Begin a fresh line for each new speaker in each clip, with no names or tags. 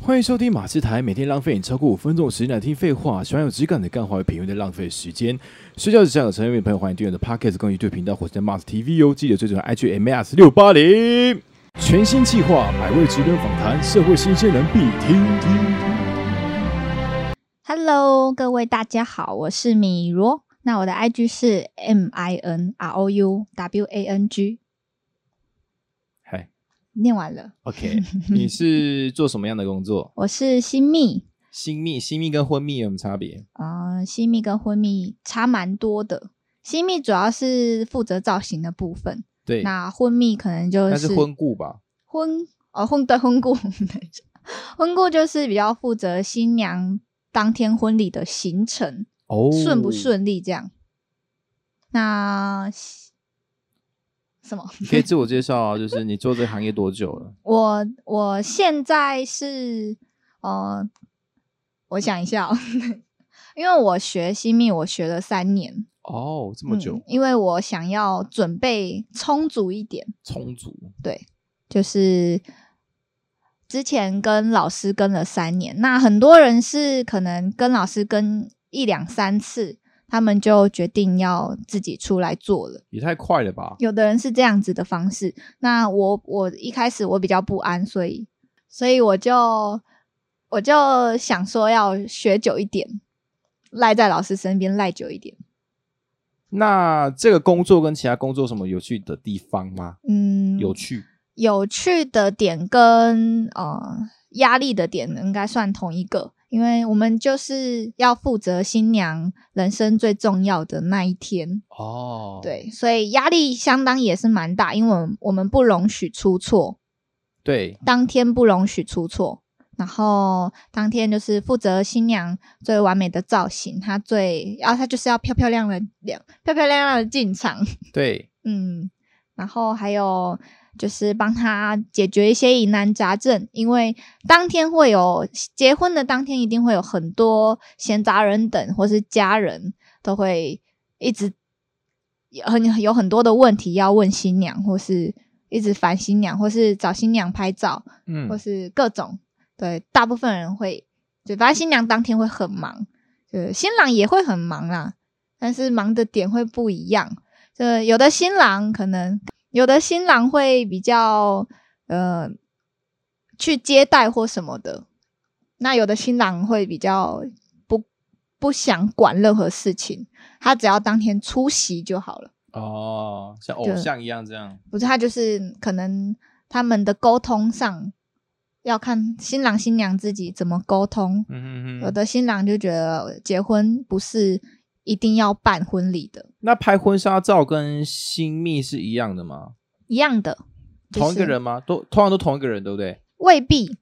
欢迎收听马斯台，每天浪费你超过五分钟的时间来听废话，喜欢有质感的干话与品味的浪费时间。睡觉之前有成员朋友，欢迎订阅我的 Podcast 跟 YouTube 频道，火箭 Mars TV 哦，记得追踪 IG MAS 六八零。全新计划，百位职人访谈，社会新鲜人必听听。
Hello，各位大家好，我是米罗。那我的 IG 是 M I N R O U W A N G，
嗨
念完了。
，OK，你是做什么样的工作？
我是新密，
新密、新密跟婚密有什么差别？
呃，新密跟婚密差蛮多的。新密主要是负责造型的部分，
对，
那婚密可能就
那
是
是婚故吧？
婚哦婚对婚顾，婚顾就是比较负责新娘当天婚礼的行程
哦
顺不？顺利这样。那什么？
你可以自我介绍啊，就是你做这个行业多久了？
我我现在是呃，我想一下、哦， 因为我学新密，我学了三年，
哦，这
这
么久，
因为我想要准备充足一点，
充足。
就是之前跟老师跟了三年，那很多人是可能跟老师跟一两三次，他们就决定要自己出来做了。
也太快了吧！
有的人是这样子的方式。那我我一开始我比较不安，所以所以我就我就想说要学久一点，赖在老师身边赖久一点。
那这个工作跟其他工作有什么有趣的地方吗？
嗯，
有趣
有趣的点跟呃压力的点应该算同一个，因为我们就是要负责新娘人生最重要的那一天。
哦，
对，所以压力相当也是蛮大，因为我们我们不容许出错。
对，
当天不容许出错，然后当天就是负责新娘最完美的造型，她最，然后她就是要漂漂亮亮、漂漂亮亮的进场，
对，
嗯，然后还有就是帮她解决一些疑难杂症，因为当天会有结婚的当天一定会有很多闲杂人等或是家人都会一直很有很多的问题要问新娘，或是一直烦新娘，或是找新娘拍照。
嗯
或，是各种，对，大部分人会，就反正新娘当天会很忙，就是新郎也会很忙啦，但是忙的点会不一样。就有的新郎可能，有的新郎会比较呃去接待或什么的，那有的新郎会比较不不想管任何事情，他只要当天出席就好了。
哦，像偶
对
像一样这样，
不是他就是可能他们的沟通上要看新郎新娘自己怎么沟通。
嗯
有
哼哼。
的新郎就觉得结婚不是一定要办婚礼的，
那拍婚纱照跟新密是一样的吗？
一样的，就是
同一个人吗？都通常都同一个人，对不对？
未必。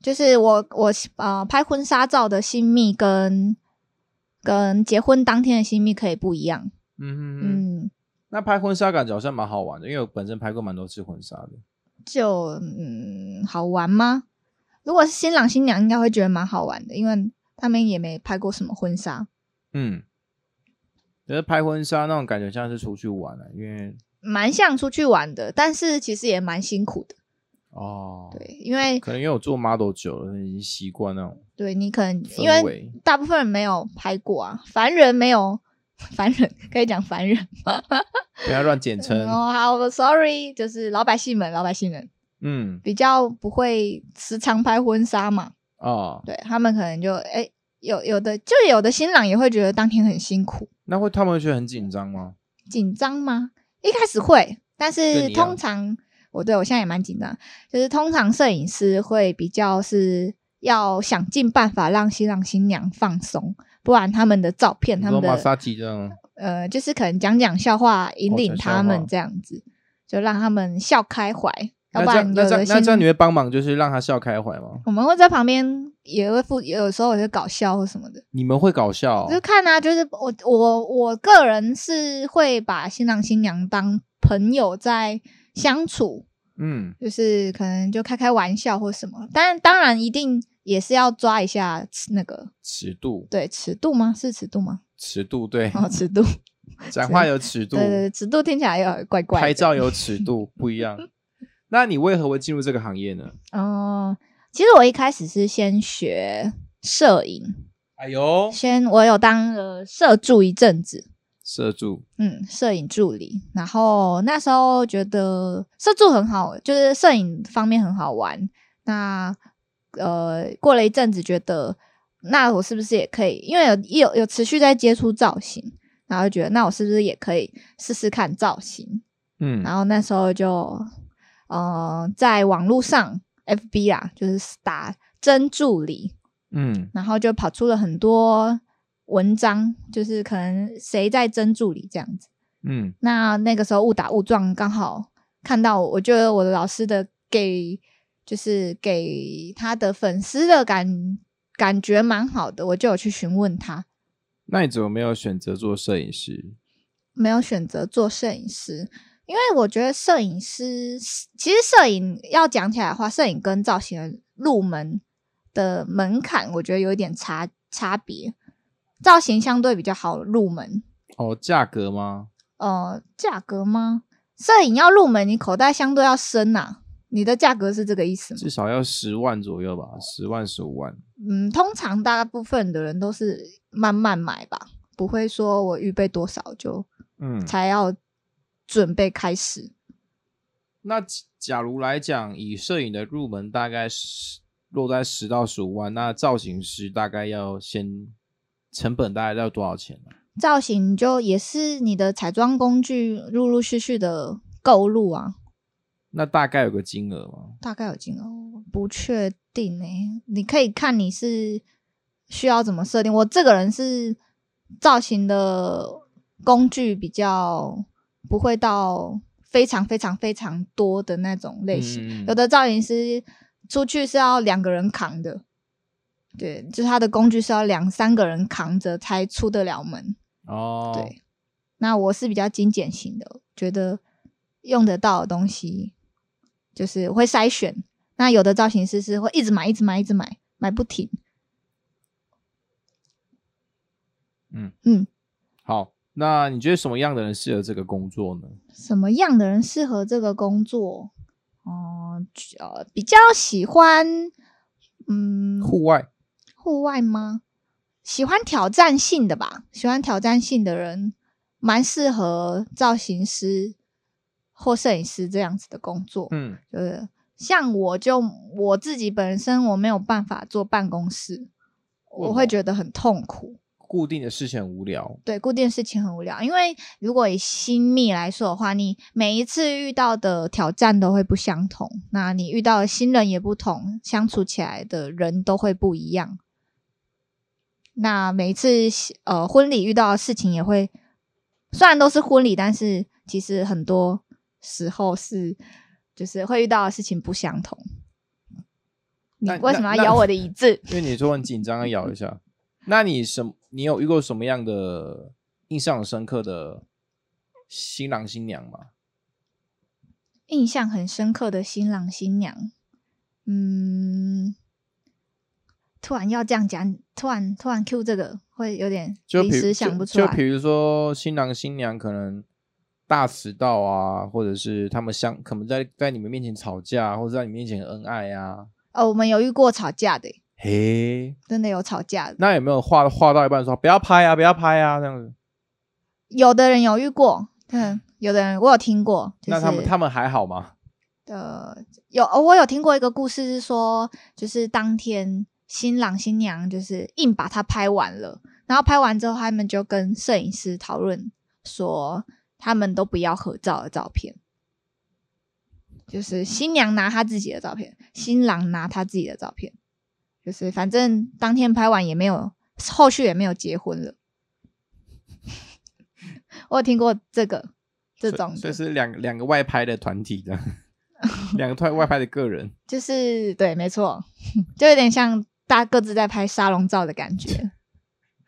就是我我呃拍婚纱照的新密跟跟结婚当天的新密可以不一样，
嗯哼哼。
嗯，
那拍婚纱感觉好像蛮好玩的，因为我本身拍过蛮多次婚纱的。
就嗯好玩吗？如果是新郎新娘，应该会觉得蛮好玩的，因为他们也没拍过什么婚纱，
嗯，觉得拍婚纱那种感觉像是出去玩了、因为
蛮像出去玩的，但是其实也蛮辛苦的。
哦，，
对，因为
可能因为我做 model 久了，已经习惯那种
对你可能因
氛
为
围。
大部分人没有拍过啊，凡人没有，凡人可以讲 凡人吗？
不要乱简称。
哦，好我，sorry，就是老百姓们，老百姓们
嗯
比较不会时常拍婚纱嘛，
哦，
对他们可能就哎。有有的就有的新郎也会觉得当天很辛苦，
那会他们会觉得很紧张吗？
紧张吗？一开始会，但
跟
是
你一样
通常我对我现在也蛮紧张，就是通常摄影师会比较是要想尽办法让新郎新娘放松，不然他们的照片、
你
他
说
们
马
的
萨吉这样，
呃，就是可能讲讲笑话，引
哦
领
讲笑
他们
话
这样子，就让他们笑开怀，
那
要
这
不然
样
有
那这样那
的
这样你
新
会帮忙，就是让他笑开怀吗？
我们会在旁边也会附，有时候也会搞笑或什么的。
你们会搞笑哦、
就是看啊，就是我我我个人是会把新郎新娘当朋友在相处，
嗯，
就是可能就开开玩笑或什么，但当然一定也是要抓一下尺那个
尺度，
对尺度吗？是尺度吗？
尺度，对，
哦， 尺度，
讲话有尺度
对，对对，尺度听起来有点怪怪 的。
拍照有尺度，不一样。那你为何会进入这个行业呢？
哦、其实我一开始是先学摄影，
哎呦，
先我有当呃摄助一阵子，
社助
嗯，摄影助理。然后那时候觉得摄助很好，就是摄影方面很好玩。那呃，过了一阵子，觉得那我是不是也可以？因为有有有持续在接触造型，然后觉得那我是不是也可以试试看造型？
嗯，
然后那时候就呃，在网络上 FB 啊，就是打真助理，
嗯，
然后就跑出了很多文章，就是可能谁在争助理这样子。
嗯，
那那个时候误打误撞，刚好看到我觉得我的老师的给就是给他的粉丝的感感觉蛮好的，我就有去询问他，
那你怎么没有选择做摄影师？
没有选择做摄影师。因为我觉得摄影师，其实摄影要讲起来的话，摄影跟造型的入门的门槛，我觉得有一点差差别。造型相对比较好入门，
哦，价格吗？
呃，价格吗？摄影要入门，你口袋相对要深呐、你的价格是这个意思吗？
至少要十万左右吧，十万十五万。
嗯，通常大部分的人都是慢慢买吧，不会说我预备多少就
嗯，
才要准备开始。
那假假如来讲，以摄影的入门大概是落在十到十五万，那造型师大概要先成本大概要多少钱呢、
造型就也是你的彩妆工具陆陆续续的购入啊，
那大概有个金额吗？
大概有金额，我不确定诶、你可以看你是需要怎么设定。我这个人是造型的工具比较不会到非常非常非常多的那种类型，
嗯
有的造型师出去是要两个人扛的，对，就是他的工具是要两三个人扛着才出得了门。
哦，
对，那我是比较精简型的，觉得用得到的东西就是会筛选。那有的造型师是会一直买，一直买，一直买，买不停。
嗯
嗯，
好，那你觉得什么样的人适合这个工作呢？
什么样的人适合这个工作？哦、呃，比较喜欢，嗯，
户外，
户外吗？喜欢挑战性的吧，喜欢挑战性的人，蛮适合造型师或摄影师这样子的工作。
嗯，
就是像我就我自己本身我没有办法坐办公室，
为什
我
么
会觉得很痛苦。
固定的事情很无聊，
对，固定事情很无聊，因为如果以新密来说的话，你每一次遇到的挑战都会不相同，那你遇到的新人也不同，相处起来的人都会不一样。那每一次呃婚礼遇到的事情也会，虽然都是婚礼，但是其实很多时候是就是会遇到的事情不相同。你
那
为什
那
么
那
要咬我的椅子？
因为你说很紧张，要咬一下。那你什么？你有遇过什么样的印象深刻的新郎新娘吗？
印象很深刻的新郎新娘，嗯，突然要这样讲，突然突然 Q 这个会有点
就
临
比
时
如
想不出
就。就比
来。
如说新郎新娘可能大迟到啊，或者是他们相可能在在你们面前吵架，或者在你面前恩爱啊。
哦，我们有遇过吵架的，
嘿，
真的有吵架的，
那有没有画画到一半说不要拍啊，不要拍啊这样子？
有的人有遇过， 嗯，有的人我有听过，就是
那他们他们还好吗？
呃，有、哦、我有听过一个故事是说，就是当天新郎新娘就是硬把它拍完了，然后拍完之后，他们就跟摄影师讨论说，他们都不要合照的照片，就是新娘拿她自己的照片，新郎拿他自己的照片，就是反正当天拍完也没有，后续也没有结婚了。 我有听过这个这
所以
种的
所以是两两个外拍的团体 的，两个团外拍的个人。
就是对，没错， 就有点像大家各自在拍沙龙照的感觉，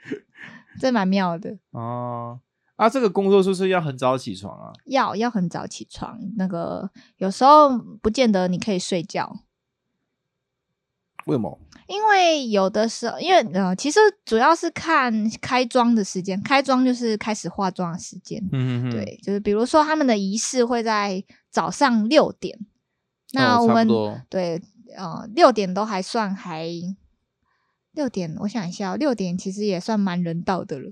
这蛮妙的。
哦，啊，这个工作是不是要很早起床啊？
要要很早起床，那个有时候不见得你可以睡觉，
为么？
因为有的时候，因为呃，其实主要是看开妆的时间，开妆就是开始化妆的时间。
嗯，
对，就是比如说他们的仪式会在早上六点，那
哦差
我
不
们、
多
对呃六点都还算还六点，我想一下、哦，六点其实也算蛮人道的了。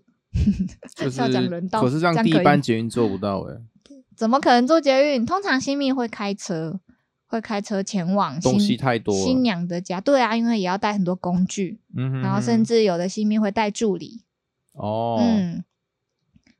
就是
要讲人道
可是让
这样
第一
可以
班
吗
捷运做不到 哎、
怎么可能坐捷运？通常新密会开车，会开车前往
东
新
西太多了
新娘的家。对啊，因为也要带很多工具，
嗯哼
然后甚至有的新密会带助理。
哦，
嗯，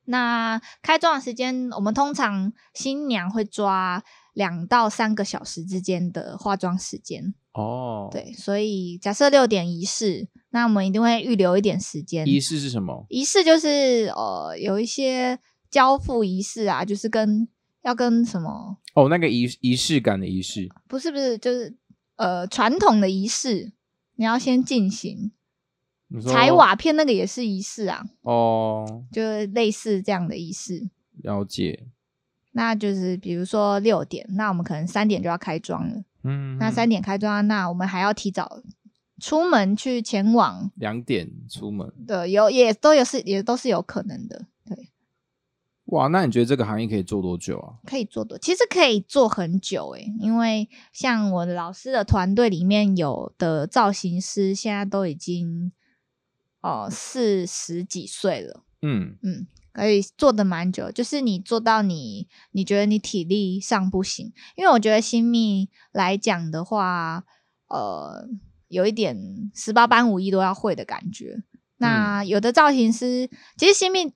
那开妆的时间，我们通常新娘会抓两到三个小时之间的化妆时间。
哦，，
对，所以假设六点仪式，那我们一定会预留一点时间。
仪式是什么？
仪式就是呃有一些交付仪式啊，就是跟要跟什么
哦，那个仪仪式感的仪式，
不是不是就是呃传统的仪式，你要先进行。
你说
踩瓦片那个也是仪式啊，
哦，
就是类似这样的仪式。
了解，
那就是比如说六点，那我们可能三点就要开妆了。
嗯，
那三点开妆，那我们还要提早出门去前往
两点出门，
的，有也都有是也都是有可能的。对，
哇，那你觉得这个行业可以做多久啊？
可以做多，其实可以做很久诶、因为像我的老师的团队里面有的造型师，现在都已经哦四十几岁了，
嗯，
嗯，可以做的蛮久，就是你做到你你觉得你体力上不行，因为我觉得新密来讲的话，呃，有一点十八般武艺都要会的感
嗯
觉。那有的造型师，其实新密，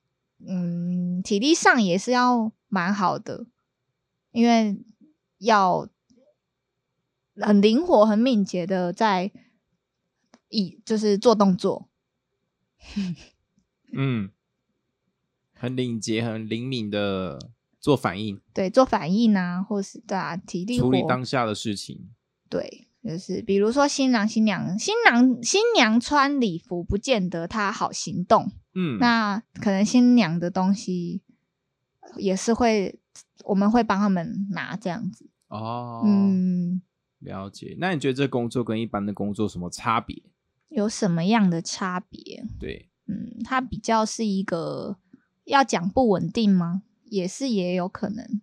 嗯，体力上也是要蛮好的，因为要很灵活、很敏捷的在以就是做动作，
嗯，很敏捷、很灵敏的做反应，
对，做反应啊，或是对啊，体力
处理
活
当下的事情。
对，就是比如说新郎新娘，新郎新娘穿礼服不见得她好行动，
嗯，
那可能新娘的东西也是会，我们会帮他们拿这样子。
哦，，
嗯，
了解。那你觉得这工作跟一般的工作有什么差别？
有什么样的差别？
对，
嗯，它比较是一个要讲不稳定吗？也是也有可能。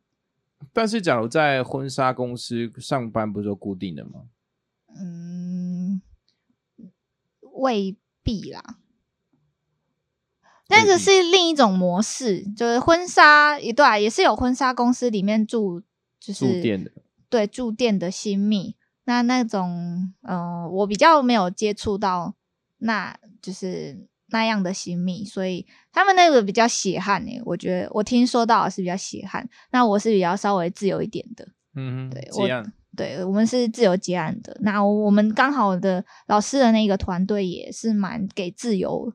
但是假如在婚纱公司上班，不是都固定的吗？
嗯，未必啦。那个
未必
是另一种模式，就是婚纱，也对、啊，也是有婚纱公司里面住，就是
住店的
对住店的新密。那那种，嗯、我比较没有接触到，那就是那样的新密，所以他们那个比较血汗诶、我觉得我听说到的是比较血汗，那我是比较稍微自由一点的。
嗯哼，
对
这
我
样
对我们是自由接案的。那我们刚好我的老师的那个团队也是蛮给自由，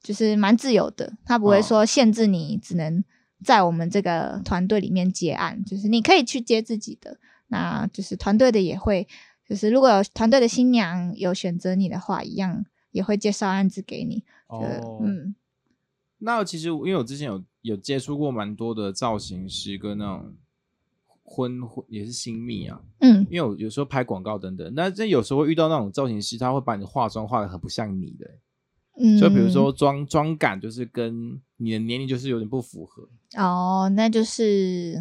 就是蛮自由的，他不会
哦
说限制你只能在我们这个团队里面接案，就是你可以去接自己的。那就是团队的也会，就是如果有团队的新娘有选择你的话，一样也会介绍案子给你。就是
哦，
嗯，
那其实因为我之前有有接触过蛮多的造型师跟那种婚婚也是新密啊，
嗯，
因为我有时候拍广告等等，那这有时候会遇到那种造型师，他会把你的化妆化的很不像你的、欸
嗯，
就比如说妆妆感就是跟你的年龄就是有点不符合，
哦，那就是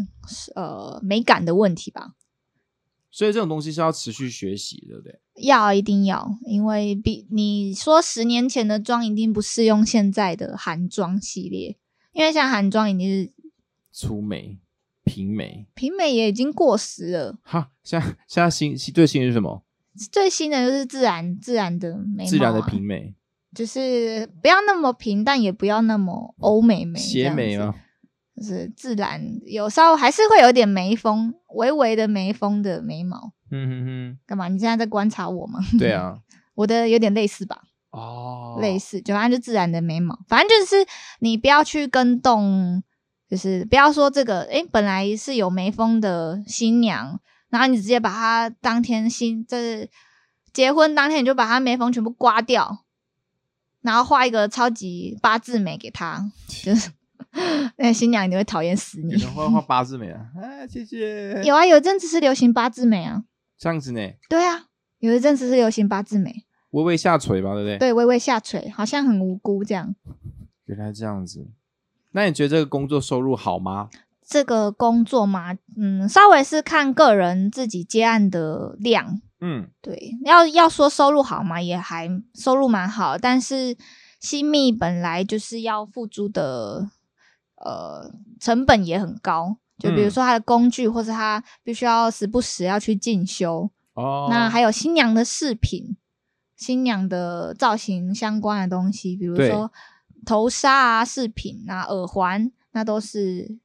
呃美感的问题吧。
所以这种东西是要持续学习，对不对？
要一定要，因为比你说十年前的妆一定不适用现在的韩妆系列，因为像韩妆已经是
粗眉、平眉，
平美也已经过时了，
哈，现在现在新最新是什么？
最新的就是自然自然的眉毛、啊
自然的平，眉、
就是不要那么平，但也不要那么欧美眉，
斜眉吗？？
就是自然，有时候还是会有点眉峰，微微的眉峰的眉毛。
嗯
干嘛？你现在在观察我吗？
哼哼，对，啊，
我的有点类似吧。
哦，
类似，就反正就自然的眉毛，反正就是你不要去跟动，就是不要说这个，诶、本来是有眉峰的新娘，然后你直接把她当天新，就是结婚当天你就把她眉峰全部刮掉，然后画一个超级八字眉给她，就是 那新娘你会讨厌死
有
你。
人会画八字眉啊？啊，谢谢。
有啊，有一阵子是流行八字眉啊，
这样子呢，
对啊，有一阵子是流行八字眉，
微微下垂吧，对不对？。
对，微微下垂，好像很无辜这样。
原来这样子。那你觉得这个工作收入好吗？
这个工作嘛，嗯，稍微是看个人自己接案的量，
嗯，
对，要要说收入好嘛，也还收入蛮好，但是新密本来就是要付诸的，呃，成本也很高。就比如
嗯
说它的工具，或是它必须要时不时要去进修。
哦，
那还有新娘的饰品、新娘的造型相关的东西，比如
对
说头纱啊、饰品啊、耳环，那都是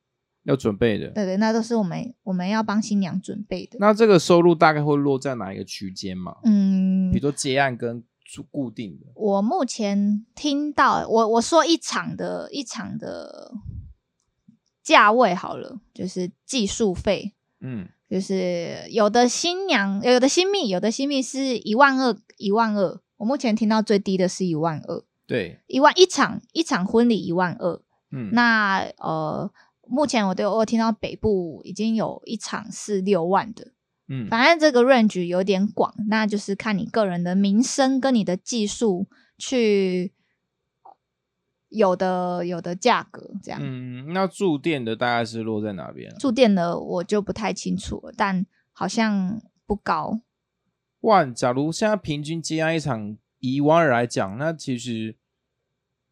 要准备的。
对对，那都是我们我们要帮新娘准备的。
那这个收入大概会落在哪一个区间嘛？
嗯，
比如说接案跟住固定的，
我目前听到，我我说一场的一场的价位好了，就是技术费，
嗯，
就是有的新娘，有的新密，有的新密是一万二，一万二。我目前听到最低的是一万二，
对，
一万一场一场婚礼一万二。
嗯，
那呃，目前我都有我有听到北部已经有一场是六万的，
嗯
反正这个 range 有点广，那就是看你个人的名声跟你的技术去有的有的价格这样。
嗯，那住店的大概是落在哪边啊？
住店的我就不太清楚了，但好像不高。
哇，假如现在平均接案一场以往而来讲，那其实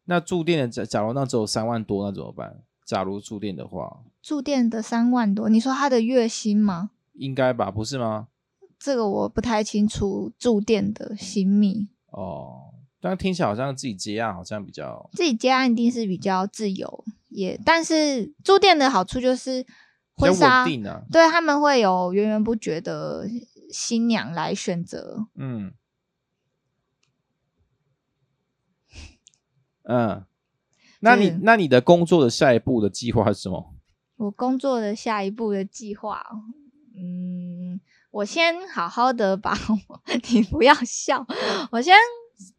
那住店的假假如那只有三万多，那怎么办？假如住店的话，
住店的三万多，你说他的月薪吗？
应该吧，不是吗？
这个我不太清楚住店的薪密，
哦，但听起来好像自己接案好像比较
自己接案一定是比较自由，也但是住店的好处就是
比较
婚纱
稳定啊，
对他们会有源源不绝的新娘来选择，
嗯。嗯，那你
对
那你的工作的下一步的计划是什么？
我工作的下一步的计划哦，嗯，我先好好的把我， 你不要笑，我先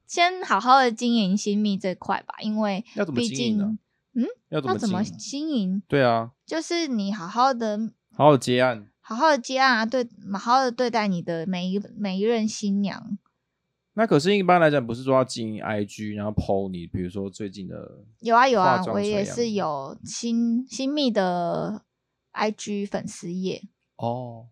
先好好的经营新密这块吧，因为
要怎么
毕
经营
竟
呢要怎
要
么
怎
经
么
营？
经营，
对啊，
就是你好好的
好好接案。
好好的接案啊，对，好好的对待你的每一每一任新娘，
那可是一般来讲，不是说要经营 IG，然后 PO 你，比如说最近的
有啊有
化
啊，
妆
我
水
也
啊
是有新新密的 IG 粉丝页，
哦。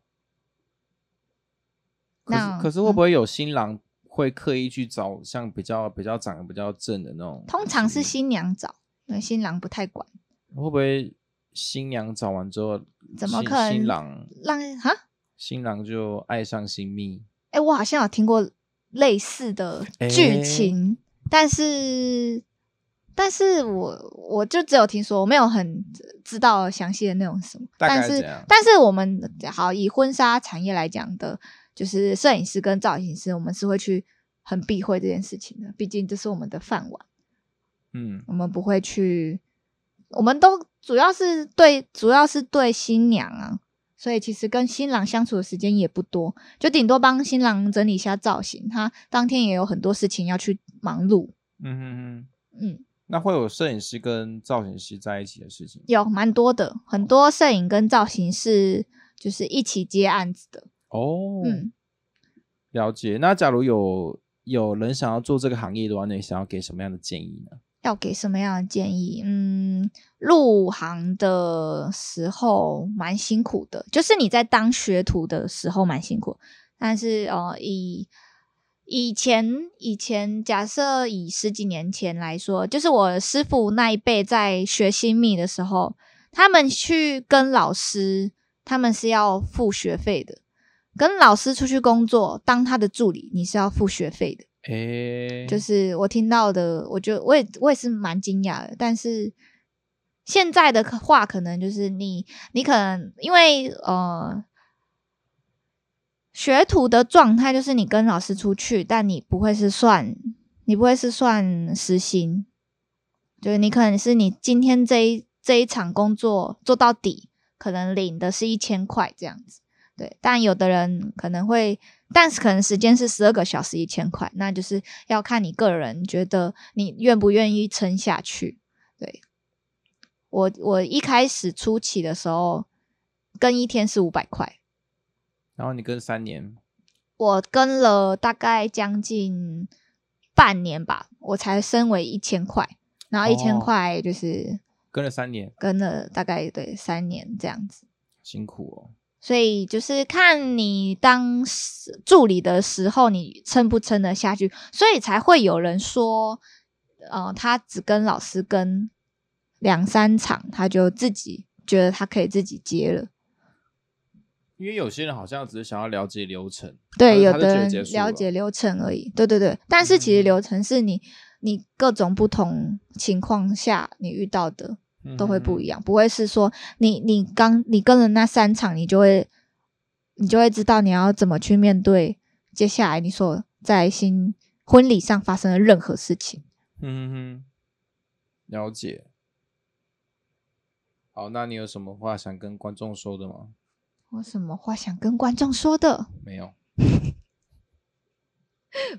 可
那嗯
是可是会不会有新郎会刻意去找像比较比较长得比较正的那种？
通常是
新
新娘找，因为新郎不太管，
会不会新娘找完之后，
怎么
新
可能
新郎
让哈。
新郎就爱上新蜜？
哎、我好像有听过类似的剧
诶
情，但是，但是我我就只有听说，我没有很知道详细的内容是什么。
大
但
概
是
怎样，
但是我们好以婚纱产业来讲的，就是摄影师跟造型师，我们是会去很避讳这件事情的，毕竟这是我们的饭碗，
嗯
我们不会去，我们都主要是对，主要是对新娘啊。所以其实跟新郎相处的时间也不多，就顶多帮新郎整理一下造型。他当天也有很多事情要去忙碌，
嗯哼哼，
嗯，
那会有摄影师跟造型师在一起的事情
有蛮多的，很多摄影跟造型是就是一起接案子的，
哦。
嗯，
了解。那假如有有人想要做这个行业的话，那你想要给什么样的建议呢？
要给什么样的建议？嗯，入行的时候蛮辛苦的，就是你在当学徒的时候蛮辛苦，但是呃，以以前以前假设以十几年前来说，就是我师傅那一辈在学新密的时候，他们去跟老师，他们是要付学费的。跟老师出去工作，当他的助理，你是要付学费的。
诶、
就是我听到的，我觉得我也我也是蛮惊讶的。但是现在的可话，可能就是你你可能因为呃学徒的状态，就是你跟老师出去，但你不会是算你不会是算时薪，就是你可能是你今天这一这一场工作做到底，可能领的是一千块这样子。对，但有的人可能会，但是可能时间是十二个小时一千块，那就是要看你个人觉得你愿不愿意撑下去。对我，我一开始初期的时候，跟一天是五百块，
然后你跟三年，
我跟了大概将近半年吧，我才升为一千块，然后一千
哦
块就是
跟了三年，
跟了大概对三年这样子。
辛苦哦。
所以就是看你当时助理的时候，你撑不撑得下去，所以才会有人说，呃，他只跟老师跟两三场，他就自己觉得他可以自己接了。
因为有些人好像只是想要了解流程，
对，有
哦他就
的
觉得
人
结束
了
了
解流程而已。对对对，但是其实
嗯
流程是你你各种不同情况下你遇到的
嗯
都会不一
样。
样，不会是说你你刚你跟了那三场，你就会你就会知道你要怎么去面对接下来你所在新婚礼上发生的任何事情。
嗯哼，了解。好，那你有什么话想跟观众说的吗？
我什么话想跟观众说的？
没有。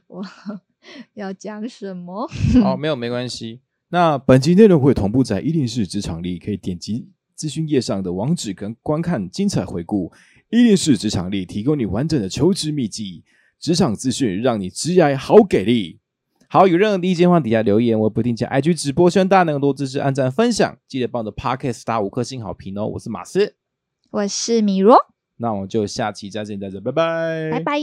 我 要讲什么？
哦，没有，没关系。
那本集内容会同步在一零四职场力，可以点击资讯页上的网址跟观看精彩回顾。一零四职场力提供你完整的求职秘籍，职场资讯让你职涯好给力。
好，有任何的意见或底下留言，我不定期 IG 直播，希望大家能多支持、按赞、分享，记得帮我的 Podcast 打五颗星好评哦。我是马斯，
我是米若，
那我们就下期再见，再见，拜拜，
拜拜。